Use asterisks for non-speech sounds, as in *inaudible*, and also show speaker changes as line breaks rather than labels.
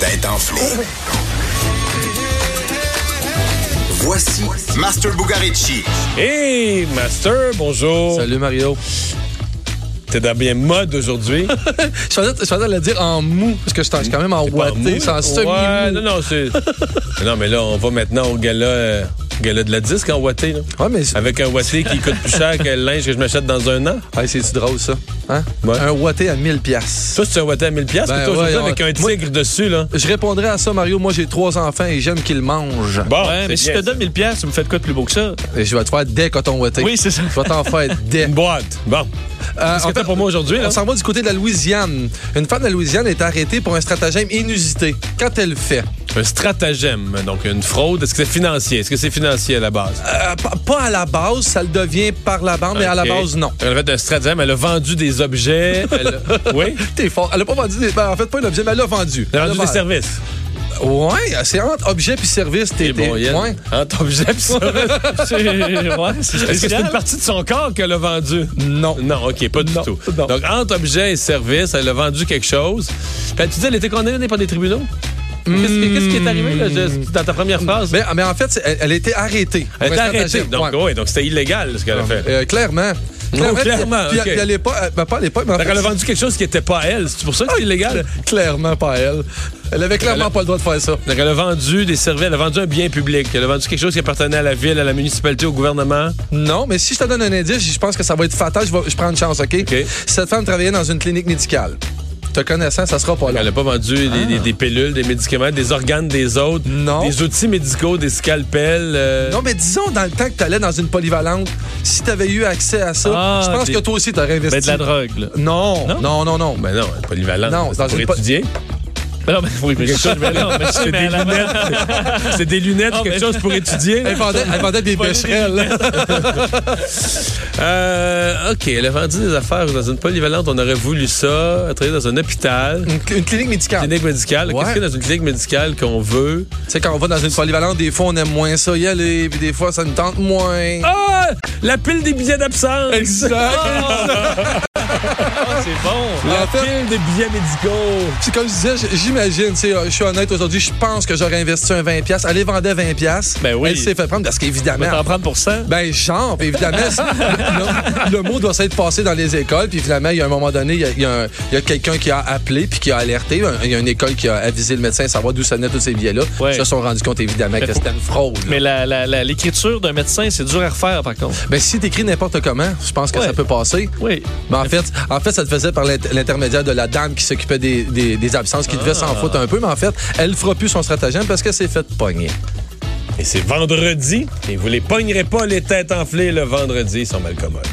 tête enflée. Voici Master Bugarici.
Hey, Master, bonjour.
Salut Mario.
T'es dans bien mode aujourd'hui.
*laughs* Je suis en train de- je suis en train de le dire en mou, parce que je suis quand même en watté, c'est en semi-mou.
Ouais, non, non,
*laughs*
c'est. non, mais là, on va maintenant au gala, euh, gala de la disque en watté, là.
Ouais, mais c'est-
Avec un watté qui coûte plus cher que le linge que je m'achète dans un an.
Hey, c'est-tu drôle, ça? Hein?
Ouais.
Un watté à 1000 piastres.
Toi, c'est un watté à 1000$, piastres,
Ben,
puis toi, je
ouais,
joue avec
ouais.
un tigre
Moi-
dessus, là.
Je répondrais à ça, Mario. Moi, j'ai trois enfants et j'aime qu'ils mangent.
Bon,
Ouais,
c'est
mais si je
bien,
te donne 1000 pièces, tu me fais de quoi de plus beau que ça
Et je vais te faire des cotons wattés.
Oui, c'est ça.
Je vais t'en
*laughs*
faire des.
Une boîte. Bon.
Euh,
Qu'est-ce que
en
t'as
fait,
pour moi aujourd'hui,
*laughs*
là?
On s'en va du côté de la Louisiane. Une femme de la Louisiane est arrêtée pour un stratagème inusité. Quand elle fait?
Un stratagème, donc une fraude. Est-ce que c'est financier? Est-ce que c'est financier à la base?
Euh, pa- pas à la base, ça le devient par la bande, mais à la
Ok.
base, non.
Elle a fait un stratagème, elle a vendu des objets. elle
*laughs*
a- Oui?
T'es fort. Elle a pas vendu des. ben, en fait, pas un objet, mais elle l'a vendu.
Elle a vendu des
vendu.
services.
Ouais, c'est entre objet puis service. T'es
Bon,
t'es-
Yann,
ouais.
entre objets *laughs* pis services.
Ouais, c'est
Est-ce que c'est une
spécial.
partie de son corps qu'elle a vendu?
Non.
Non, OK, pas du
Non,
tout.
non.
Donc, entre objets et services, elle a vendu quelque chose. Puis, tu dis, elle était condamnée par des tribunaux? Qu'est-ce qui- qu'est-ce qui est arrivé là, je- dans ta première phrase?
Mais, mais en fait, c'est- elle, elle a été arrêtée.
elle
Pour
était
un
arrêtée.
stratagème.
Donc,
Ouais.
oui, donc c'était illégal ce qu'elle a fait.
Euh, clairement.
clairement,
Puis,
ok.
puis à l'époque, euh, ben, pas à l'époque, mais en
Donc,
fait,
elle a vendu quelque chose qui n'était pas à elle. C'est pour ça que c'est illégal?
*laughs* clairement pas elle. Elle avait clairement
Elle a-
pas le droit de faire ça.
Donc, elle a vendu des services, elle a vendu un bien public. Elle a vendu quelque chose qui appartenait à la ville, à la municipalité, au gouvernement.
Non, mais si je te donne un indice, je pense que ça va être fatal. Je, vais- je prends une chance, OK?
Ok.
Cette femme travaillait dans une clinique médicale. Te connaissant, ça sera pas
Elle
là.
n'a pas vendu des, des- des pilules, des médicaments, des organes des autres,
Ah. Non.
des outils médicaux, des scalpels. euh,
Non, mais disons, dans le temps que tu allais dans une polyvalente, si tu avais eu accès à ça,
Ah,
je pense
des-
que toi aussi, tu aurais investi.
Ben, de la drogue, là.
non, non,
Non?
non, non. non.
Ben non, elle est polyvalente.
Non,
c'est
dans
pour
une po-
étudier.
Ben non, mais oui, mais je sais, mais non, *laughs* mais je sais, mais à la
C'est des
*laughs*
lunettes,
Non,
quelque
mais-
chose pour étudier.
Elle vendait, elle vendait des
Voler des
bécherelles.
Euh, OK, elle a vendu des affaires dans une polyvalente. On aurait voulu ça. Elle travaillait dans un hôpital.
Une, cl- *laughs* une clinique médicale.
Clinique médicale.
Mm. Ouais.
Qu'est-ce qu'il y a dans une clinique médicale qu'on veut?
Tu sais, quand on va dans une polyvalente, des fois, on aime moins ça y aller, puis des fois, ça nous tente moins.
Ah! La pile des billets d'absence!
Ah, c'est bon.
La
En fait-
pile des billets médicaux!
C'est comme je disais, j- j'imagine, tu sais, euh, je suis honnête aujourd'hui, je pense que j'aurais investi un 20$. piastres. Elle les vendait 20$. piastres.
Ben oui.
Elle s'est fait prendre parce
On va
qu'évidemment.
t'en prendre pour ça.
Ben, genre, puis évidemment, c'est- le, le- le mot doit s'être passé dans les écoles, puis finalement, il y a un moment donné, il y a, il y a un- il y a quelqu'un qui a appelé, puis qui a alerté. Un- Il y a une école qui a avisé le médecin à savoir d'où ça venait tous ces billets-là.
Ouais.
Ils se sont rendus compte, évidemment, que
faut-
c'était une fraude. là.
Mais la- la- la- l'écriture d'un médecin, c'est dur à refaire, par contre.
Ben, si t'écris n'importe comment, je pense que
Ouais.
ça peut passer.
Oui.
Mais en fait, en fait, ça te faisait par l'int- l'intermédiaire de la dame qui s'occupait des, des- des absences, qui devait s'en foutre un peu, mais en fait, elle fera plus son stratagème parce qu'elle s'est faite pogner.
Et c'est vendredi. Et vous les pognerez pas les têtes enflées le vendredi. Ils sont mal commodes.